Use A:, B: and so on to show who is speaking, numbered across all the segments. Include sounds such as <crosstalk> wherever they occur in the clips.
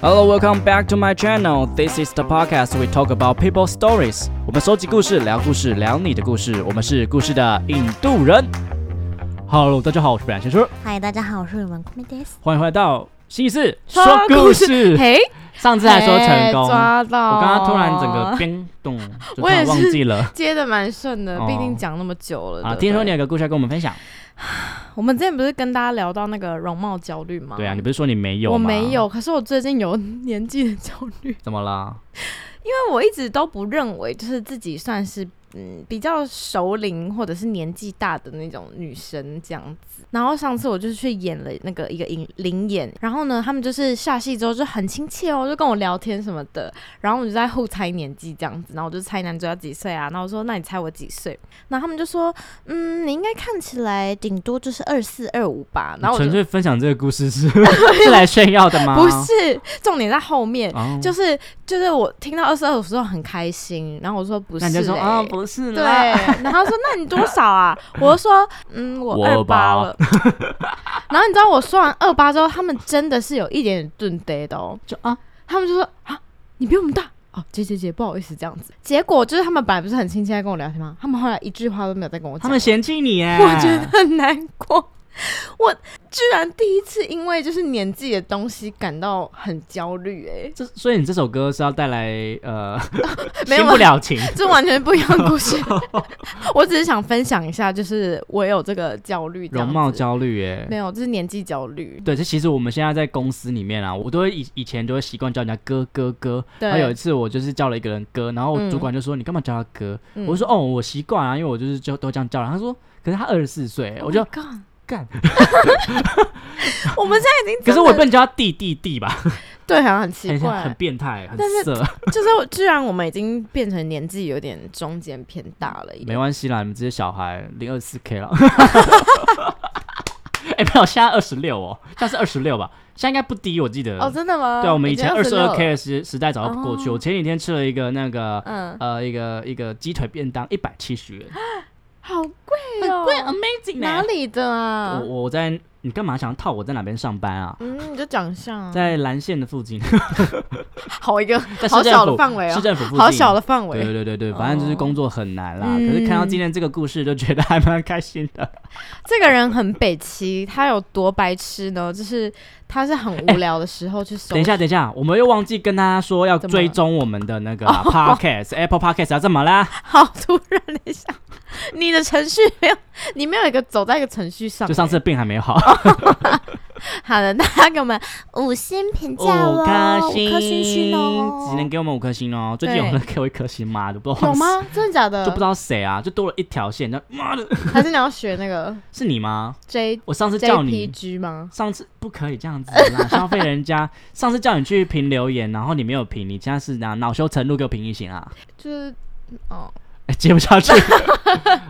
A: Hello, welcome back to my channel. This is the podcast we talk about people stories. 我们收集故事，聊故事，聊你的故事。我们是故事的印度人。Hello，大家好，我是北兰先生，
B: 嗨，大家好，我是你们 k u m i d e s
A: 欢迎回到星期四
C: 说
A: 故
C: 故事嘿，
A: <laughs> 上次还说成功，
C: 嘿抓到！
A: 我刚刚突然整个冰冻，就突
C: 我也
A: 然
C: 是
A: 忘记了
C: 接的蛮顺的
A: 哦，
C: 毕竟讲那么久了
A: 啊。
C: <laughs> 对不对
A: 听说你有个故事要跟我们分享，
C: 我们之前不是跟大家聊到那个容貌焦虑吗？
A: 对啊，你不是说你没有吗？
C: 我没有，，可是我最近有 <laughs> 年纪的焦虑，因
A: 怎么了？
C: 为我一直都不认为就是自己算是。嗯，比较熟龄或者是年纪大的那种女生这样子。然后上次我就是去演了那个一个灵灵演，然后呢，他们就是下戏之后就很亲切哦，就跟我聊天什么的。然后我们就在互猜年纪这样子，然后我就猜男主要几岁啊，然后我说那你猜我几岁？然后他们就说，嗯，你应该看起来顶多就是二四二五吧。然后我就
A: 纯粹分享这个故事
C: <laughs>
A: 是是来炫耀的吗？
C: 不是，重点在后面。
A: 哦，
C: 就是就是我听到二十二的时候很开心，然后我说不是、
A: 那
C: 欸，
A: 你就说啊，不是
C: 对，
A: 啦，
C: 然后他说那你多少啊？我就说嗯，
A: 我
C: 我二八了。 <laughs> 然后你知道我说完二八之后，他们真的是有一点点顿呆的哦，
A: 就啊，
C: 他们就说啊，你比我们大哦，姐姐姐，不好意思这样子。结果就是他们本来不是很亲切在跟我聊天吗？他们后来一句话都没有再跟我讲，
A: 他们嫌弃你耶，
C: 我觉得很难过。我居然第一次因为就是年纪的东西感到很焦虑、欸，
A: 这，所以你这首歌是要带来呃，
C: <laughs>
A: <laughs>
C: 没有
A: 新
C: 啊
A: 不了
C: <laughs>
A: 情，
C: 这完全不一样的故事。 <laughs> 我只是想分享一下，就是我有这个焦虑，
A: 容貌，焦虑耶
C: 没。有，这是年纪焦虑。
A: 对，这其实我们现在在公司里面啊，我都会以以前都会习惯叫人家哥哥哥。
C: 对
A: 然后有一次我就是叫了一个人哥，然后我主
C: 嗯
A: 管就说、你干嘛叫他哥？
C: 嗯
A: 我就说哦，我习惯啊，因为我就是就都这样叫人。他说可是他二十四岁，我
C: Oh
A: 就
C: my God
A: 干。
C: <laughs> 我们现在已经
A: 可是
C: 真的
A: 我不能叫他弟弟弟吧，
C: 对，好像很奇
A: 很像很
C: 怪，
A: 变态，很
C: 但是
A: 色。
C: 就是居然我们已经变成年纪有点中间偏大了一
A: <laughs> 没
C: 点。
A: 关系啦，你们这些小孩零二四 K 了。 <laughs> 哎、没有，现在二十六哦，现在是二十六吧？现在应该不低，我记得。
C: 哦，真的吗？
A: 对啊，我们以
C: 已经
A: 前二十
C: 26
A: 二
C: 了
A: K 的时时代早就过去。
C: 哦
A: 我前几天吃了一个那个
C: 嗯，
A: 呃一个一个鸡腿便当，一百七十元，
C: 哦好贵哦，
A: amazing
C: 哪里的啊
A: 啊我？我在你干嘛想要套我在哪边上班啊？
C: 嗯，你就讲一下啊，
A: 在蓝线的附近， <laughs>
C: 好一个
A: 在
C: 好
A: 市政
C: 小的
A: 府
C: 范围
A: 市
C: 哦，
A: 政府附近，
C: 好小的范
A: 对
C: 围。哦
A: 对对对，反正就是工作很难啦。
C: 嗯
A: 可是看到今天这个故事，就觉得还蛮开心的。
C: 这个人很北齐，他有多白痴呢？就是他是很无聊的时候去搜
A: <laughs> 等一下，等一下，我们又忘记跟大家说要
C: 怎么哦
A: 追踪我们的那个 podcast Apple podcast 啊，怎么啦？
C: 好突然的一下，你的程序没有，你没有一个走在一个程序上、
A: 就上次
C: 欸
A: 的病还没好，
C: 好的，大家给我们
B: 五星评价
A: 五
B: 哦，
A: 颗
B: 五颗星星哦，
A: 只能给我们五颗星哦。最近有
C: 对
A: 人给我一颗星吗？都不知道
C: 有吗？真的假的？
A: 就不知道谁啊，就多了一条线。那妈的，
C: 还是你要学那个
A: 是你吗？ <laughs>
C: J
A: 我上次叫你，
C: JPG 吗？
A: 上次不可以这样子啦，消费人家。上次叫你去评留言，然后你没有评，你现在是拿恼羞成怒给我评一星啊。
C: 就是哦，
A: 哎接不下去。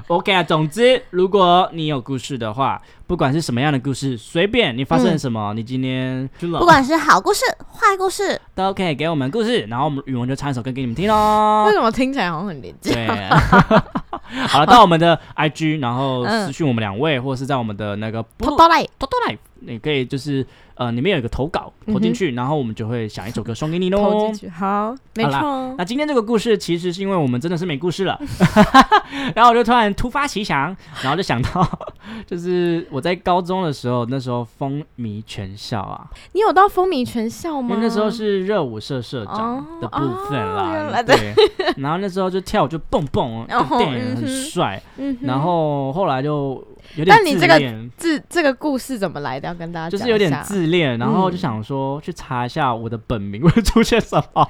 A: OK 啊，总之，如果你有故事的话，不管是什么样的故事，随便你发生了什么，你今天去了
B: 不管是好故事、坏故事，
A: 都可以给我们故事，然后我们语文就唱一首歌给你们听
C: 为
A: 喽。
C: 什么听起来好像很廉价？
A: 对，啊 <laughs> 好了，到我们的 IG，然后
C: 嗯
A: 私讯我们两位，或者是在我们的那个
B: 偷偷来，
A: 多多 life，你可以就是呃，里面有一个投稿投进去，然后我们就会想一首歌送给你
C: 嗯 <laughs> 投
A: 喽
C: 进。去好，没
A: 好啦
C: 错哦。
A: 那今天这个故事其实是因为我们真的是没故
C: <laughs>
A: 事了，然后我就突然突发奇想，然后就想到， <laughs> 就是我在高中的时候，那时候风靡全校啊，
C: 你有到风靡全校
A: 因
C: 吗
A: 为？那时候是热舞社社长的部分
C: 哦哦原
A: 啦，
C: 来
A: 对，然后那时候就跳舞就蹦蹦，
C: 哦
A: 对，
C: 嗯哼
A: 很帅，
C: 嗯哼，
A: 然后后来就有点
C: 但你
A: 自
C: 这个
A: 恋。
C: 自这个故事怎么来的？要跟大家
A: 就是
C: 讲
A: 有
C: 一
A: 点
C: 下
A: 自恋，然后就
C: 嗯
A: 想说去查一下我的本名会出现什么。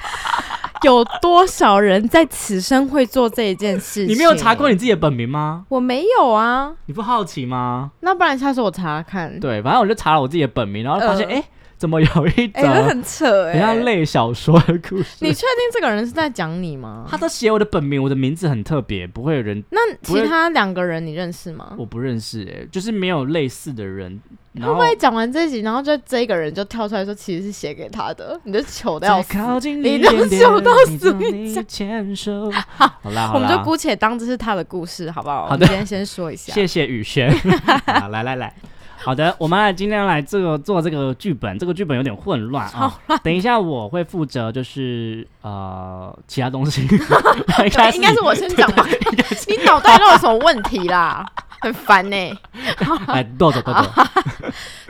C: 有多少人在此生会做这一件事情？
A: 你没有查过？你自己的本名吗？
C: 我没有啊。
A: 你不好奇吗？
C: 那不然下次我查查看。
A: 对，反正我就查了我自己的本名，然后发现哎、
C: 嗯呃
A: 诶怎么有一则
C: 哎、这很扯哎、
A: 很像类小说的故事？
C: 你确定这个人是在讲你吗？
A: 他都写我的本名，我的名字很特别，不会有人
C: 那
A: 不
C: 其
A: 会
C: 他两个人你认识吗？
A: 我不认识、诶，就是没有类似的人。然
C: 会不
A: 后
C: 会讲完这一集，然后就这一个人就跳出来说其实是写给他的，你就糗的要
A: 再
C: 死。
A: 靠近
C: 你
A: 一
C: 都
A: 点点
C: 秀到
A: 你
C: 死
A: 让
C: 我
A: 你牵
C: <laughs>
A: 手。好啦，好啦，
C: 我们就姑且当这是他的故事，好不好？
A: 好的
C: <laughs> 我们今天先说一下。
A: 谢谢雨轩。好，来来来，好的，我们来今天来这个做这个剧本，这个剧本有点混乱啊。等一下我会负责就是呃其他东
C: <laughs>
A: 西，应该
C: 应该是我先讲 <laughs> 吧。你脑袋都有什么问题啦？很烦欸呢、
A: <laughs> 哎，豆豆豆豆，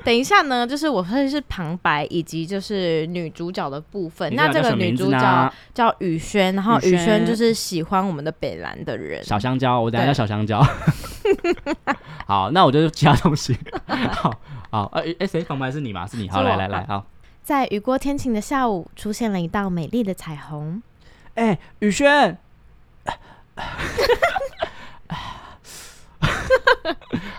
C: 等一下呢，就是我会是旁白以及就是女主角的部分。
A: 你
C: 那
A: 叫
C: 这
A: 什
C: 个
A: 么
C: 女
A: 名字
C: 主角
A: 呢？
C: 叫雨轩，然后
A: 雨
C: 雨
A: 轩
C: 轩就是喜欢我们的北兰的人。
A: 小香蕉，我等一下叫
C: 对
A: 小香蕉。
C: <laughs>
A: 好，那我就其他东西。好，好，呃，哎，谁旁白是你吗？是你，好，
C: 是我
A: 来来来，好。
C: 在雨过天晴的下午，出现了一道美丽的彩虹。
A: 哎、宇
C: <laughs>
A: 轩， <laughs>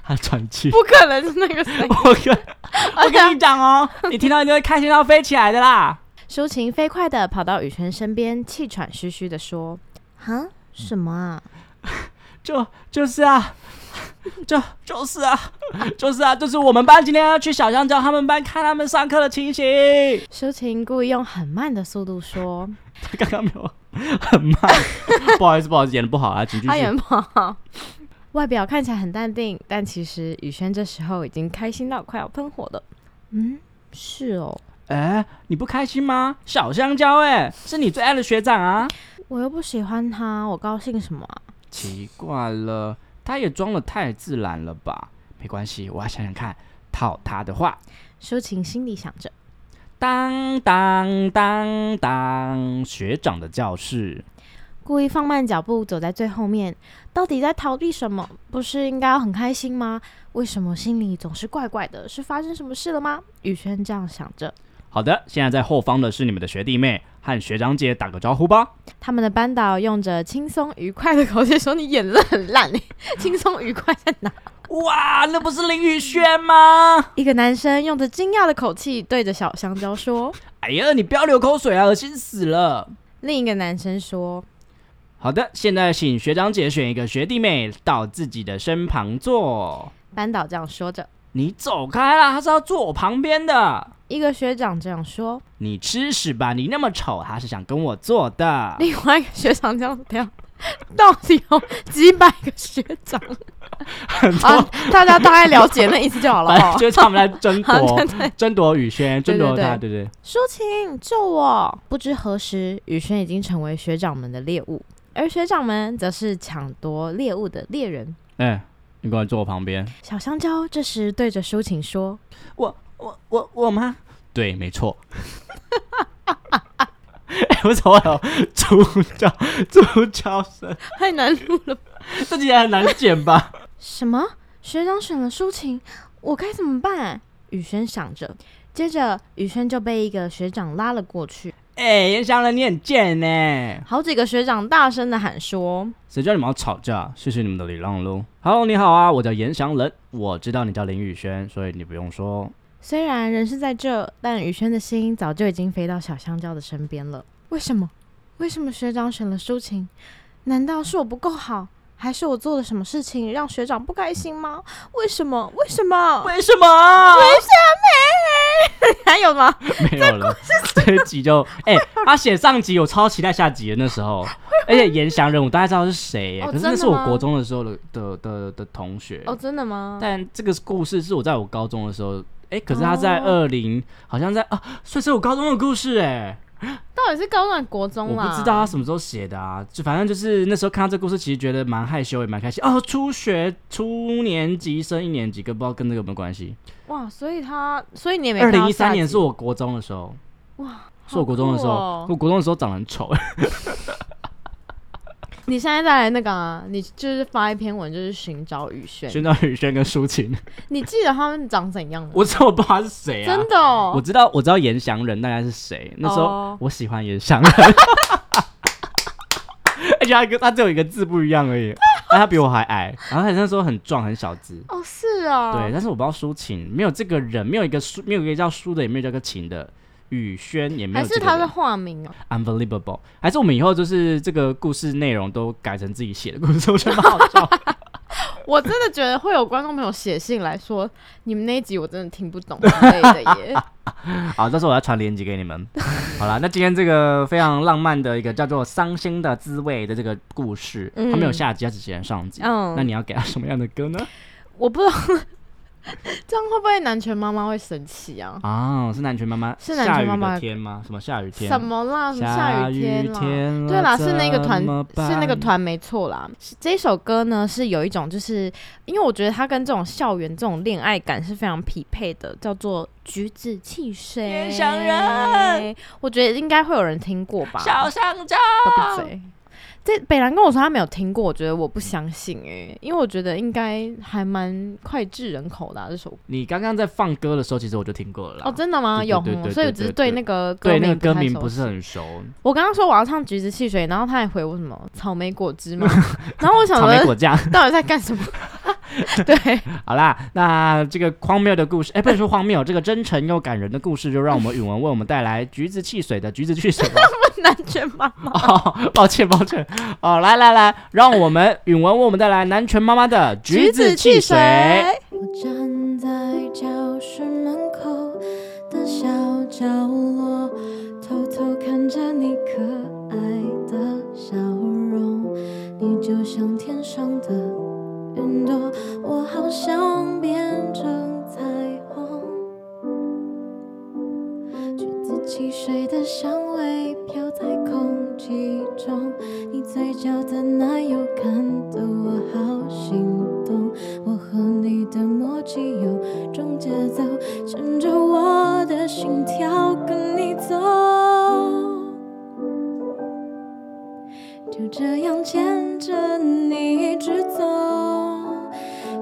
A: 他喘气。，
C: 不可能是那个声音
A: 我跟 <laughs> 我跟你讲哦， <laughs> 你听到你就会开心到飞起来的啦。
C: 抒情飞快的跑到雨轩身边，气喘吁吁的
A: 嗯
C: 说
B: 哈，：“
C: 什么啊？
A: 就就是啊， <laughs> 就就是啊，就是啊，就是我们班今天要去小香蕉他们班看他们上课的情形。 <laughs>
C: 抒情故意用很慢的速
A: <laughs>
C: 度说
A: 他刚刚没有很慢， <laughs> 不好意思，不好意思，演的不好啊，请：“继
C: 阿
A: 续。
C: 元宝，外表看起来很淡定，但其实雨轩这时候已经开心到快要喷火了。”嗯，是哦，
A: 哎、你不开心吗？小香蕉、哎，是你最爱的学长啊。
C: 我又不喜欢他，我高兴什么啊？
A: 奇怪了，他也装的太自然了吧？没关系，我要想想看，套他的话。
C: 抒情心里想着，
A: 当当当当，学长的教室，
C: 故意放慢脚步走在最后面，到底在逃避什么？不是应该要很开心吗？为什么心里总是怪怪的？是发生什么事了吗？雨轩这样想着。
A: 好的，现在在后方的是你们的学弟妹和学长姐，打个招呼吧。
C: 他们的班导用着轻松愉快的口气说：“你演的很烂欸， <laughs> 轻松愉快在哪
A: 哇，那不是林宇轩吗？？”
C: 一个男生用着惊讶的口气对着小香蕉说
A: 哎呀，你不要流口水啊，恶心死了。：“
C: 另一个男生说，
A: 好的，现在请学长姐选一个学弟妹到自己的身旁坐。
C: 班导这样说着。
A: 你走开啦，他是要坐我旁边的。”
C: 一个学长这样说，
A: 你吃屎吧！你那么丑，他是想跟我做的。
C: 另外一个学长这样讲， <laughs> 到底有几百个学长啊？大家大概了解那意思就 <laughs> 好了
A: 反正 <laughs>
C: 哦。
A: 就是他们在争
C: <laughs> 好
A: 夺，争夺宇轩，
C: 对
A: 争
C: 对
A: 夺他，对对。
C: 抒情救我！不知何时，雨轩已经成为学长们的猎物，而学长们则是抢夺猎物的猎人。
A: 哎，你过来坐我旁边。
C: 小香蕉这时对着抒情说
A: 我我我我吗？对，没错。 <laughs> 哎，为什么有猪叫猪叫声？：“
C: 太难录了。
A: 这集也很难剪吧？”
C: 什么？学长选了抒情，我该怎么办？雨轩想着。接着，雨轩就被一个学长拉了过去，
A: <laughs> 哎，严香人，你很贱呢！
C: 好几个学长大声的喊说
A: 谁叫你们要吵架？谢谢你们的礼让喽。Hello，你好啊，我叫严祥人，我知道你叫林宇轩，所以你不用说。：“
C: 虽然人是在这，但雨轩的心早就已经飞到小香蕉的身边了。为什么？为什么学长选了抒情？难道是我不够好，还是我做了什么事情让学长不开心吗？为什么？为什么？
A: 为什么？
C: <laughs> 还有吗？
A: 没有了，这一集就哎、他写上集，我超期待下集的那时
C: <laughs>
A: 候，而且严祥人我大概知道是谁、耶
C: 哦
A: 可是那是
C: 真的
A: 我
C: 吗
A: 国中的时候的的的的同学，
C: 哦，真的吗？
A: 但这个故事是我在我高中的时候，哎、可是他在二
C: 哦
A: 零、好像在啊，所以是我高中的故事哎、
C: 到底是高中还是国中
A: 我
C: 啊啦？
A: 不知道他什么时候写的啊，就反正就是那时候看到这故事，其实觉得蛮害羞也蛮开心哦，初学初年级升一年级，跟不知道跟这个有没有关系？
C: 哇，所以他，所以你也没
A: 二
C: 看到
A: 零一三
C: 下集
A: 年是我国中的时候，
C: 哇，
A: 是我国中的时候，
C: 好酷
A: 我
C: 哦
A: 国中的时候长得很丑。
C: 你现在再来那个、啊，你就是发一篇文，就是寻找雨轩。
A: 宣到宇轩跟舒淇，
C: 你记得他们长怎样吗？
A: <laughs> 我怎么不知道他是谁啊？
C: 真的、哦，
A: 我知道我知道严祥仁大概是谁，那时候
C: 哦
A: 我喜欢严祥仁， <laughs> 而且他跟他只有一个字不一样
C: <laughs>
A: 而已，但他比我还矮，然后他那时候很壮很小只。
C: 哦是啊，
A: 对，，但是我不知道舒琴没有这个人，没有一个舒，没有一个叫舒的，也没有叫个琴的，宇轩也没
C: 还
A: 有这
C: 是
A: 个
C: 他的
A: 人。
C: 化名哦、
A: <laughs> Unbelievable，还是我们以后就是这个故事内容都改成自己写的故事，我 <laughs> 觉得蛮好笑。
C: 我真的觉得会有观众朋友写信来说，你们那一集我真的听不懂之类的耶。
A: 好，到时候我要传链接给你
C: <laughs>
A: 们。好啦，那今天这个非常浪漫的一个叫做《伤心的滋味》的这个故事，它没有 <laughs>
C: 嗯
A: 下集，它只写上集。那
C: 嗯， <laughs>
A: 你要给他什么样的歌呢？
C: 我不知道，这样会不会南拳妈妈会生气啊？
A: 啊，是南拳妈妈，
C: 是南拳妈妈
A: 下雨的天吗？什么下雨天？啊
C: 什么啦？什么下雨天啊啦？
A: 天啊
C: 对啦，
A: 啦，
C: 是那个团，
A: 怎么办
C: 是那个。团，没错啦。是这首歌呢，是有一种，就是因为我觉得它跟这种校园、这种恋爱感是非常匹配的，叫做《橘子汽水》。
D: 天上人，
C: 我觉得应该会有人听过吧？
D: 小上照，
C: 都闭嘴。这北兰跟我说他没有听过，我觉得我不相信诶、因为我觉得应该还蛮脍炙人口的、啊、这首歌。
A: 你刚刚在放歌的时候，其实我就听过了啦。
C: 哦，真的吗？
A: 对对
C: 有
A: 对对
C: 红，所以我只是
A: 对对
C: 对那个
A: 对，那个歌
C: 太
A: 名
C: 熟
A: 不是
C: 悉
A: 很
C: <laughs>
A: 熟。
C: 我刚刚说我要唱橘子汽水，然后他还回我什么草莓果汁嘛，然后我想
A: 草莓
C: 说
A: 果酱。 <laughs>
C: <laughs> 到底在干什么？对，
A: 好啦，那这个荒谬的故事，哎，不能说荒谬，这个真诚又感人的故事，就让我们允文为我们带来橘子汽水的橘子汽水吧。
C: 南拳妈妈
A: 哦， <laughs> 抱歉抱歉。哦，来来来，让我们允文为我们带来南拳妈妈的橘子汽水。
E: 我站在教室门口的小角落，偷偷看着你可爱的笑容。你就像天上的云朵，我好想变成彩虹。橘子汽水的香味飘在空气中，你嘴角的奶油看得我好心动。我和你的默契有种节奏，牵着我的心跳跟你走。就这样牵着你一直走，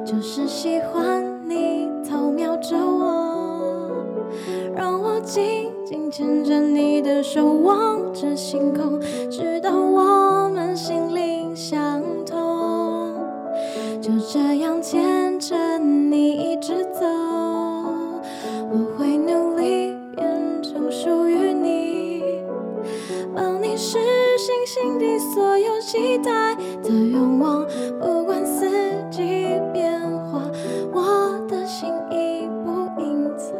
E: 就是喜欢你偷瞄着我，让我紧紧牵着你的手，望着星空，直到我们心灵相通。就这样牵着你一直走，我会努力变成属于你，而你是星星里所有期待的愿望，不管四季变化，我的心已不隐藏。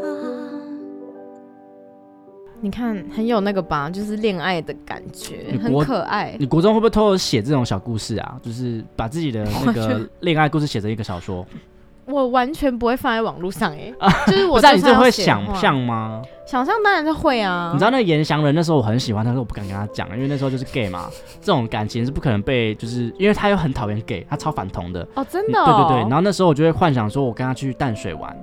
C: 你看很有那个吧，就是恋爱的感觉
A: 你，
C: 很
A: 国
C: 可爱。
A: 你国中会不会偷偷写这种小故事啊？就是把自己
C: <laughs>
A: 的那
C: 我觉得
A: 个恋爱故事写成一个小说，
C: 我完全不会放在网络上
A: <laughs>
C: 诶、就是
A: 不
C: <laughs> 我
A: 知道
C: 就
A: 你
C: 算
A: 这
C: 要
A: 会
C: 写的
A: 想
C: 话
A: 象吗？
C: 想象当然是会啊，
A: 你知道那个严祥仁那时候我很喜欢他，但是我不敢跟他讲，因为那时候就是 gay 嘛，这种感情是不可能被，就是因为他又很讨厌 gay，他超反同的。
C: 哦，真
A: 对
C: 的、哦，
A: 对对，然后那时候我就会幻想说，我跟他去淡水玩，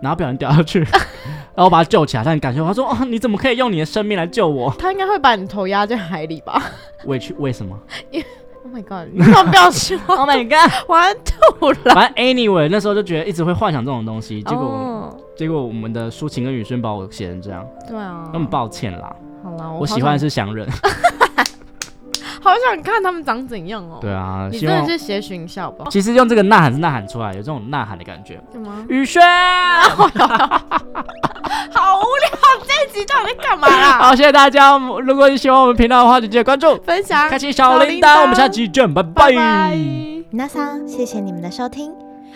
A: 然后不小心掉下去， <laughs> 然后我把他救起来，他很感谢我，他说：“哦，你怎么可以用你的生命来救我
C: 他应该会把你头压在海里
A: <laughs>
C: 吧？”
A: 委
C: <laughs>
A: 屈为什么？
C: ？Oh my god！你干嘛不要说
A: ？Oh <laughs> my god！
C: <laughs> 我要吐了。
A: 反正 anyway，那时候就觉得一直会幻想这种东西，结果、
C: 哦
A: 结果我们的抒情跟雨轩把我写成这样，
C: 对啊，
A: 那很抱歉啦。
C: 好啦，
A: 我
C: 好
A: 喜欢的
C: 想，
A: 是祥仁，
C: 好想看他们长怎样哦。
A: <laughs> 对啊，
C: 你
A: 希
C: 真的
A: 望
C: 是协寻一下吧？ <laughs>
A: 其实用这个呐喊是呐喊出来，有这种呐喊的感觉。
C: 什么？
A: 雨轩，
C: <laughs> 好无聊，这一集到底在干嘛啊啦？
A: 好，谢谢大家。如果你喜欢我们频道的话，就记得关注、
C: 分享，
A: 开启小铃铛。我们下期见，
C: 拜
A: 拜
C: 拜。
E: 那桑，谢谢你们的收听，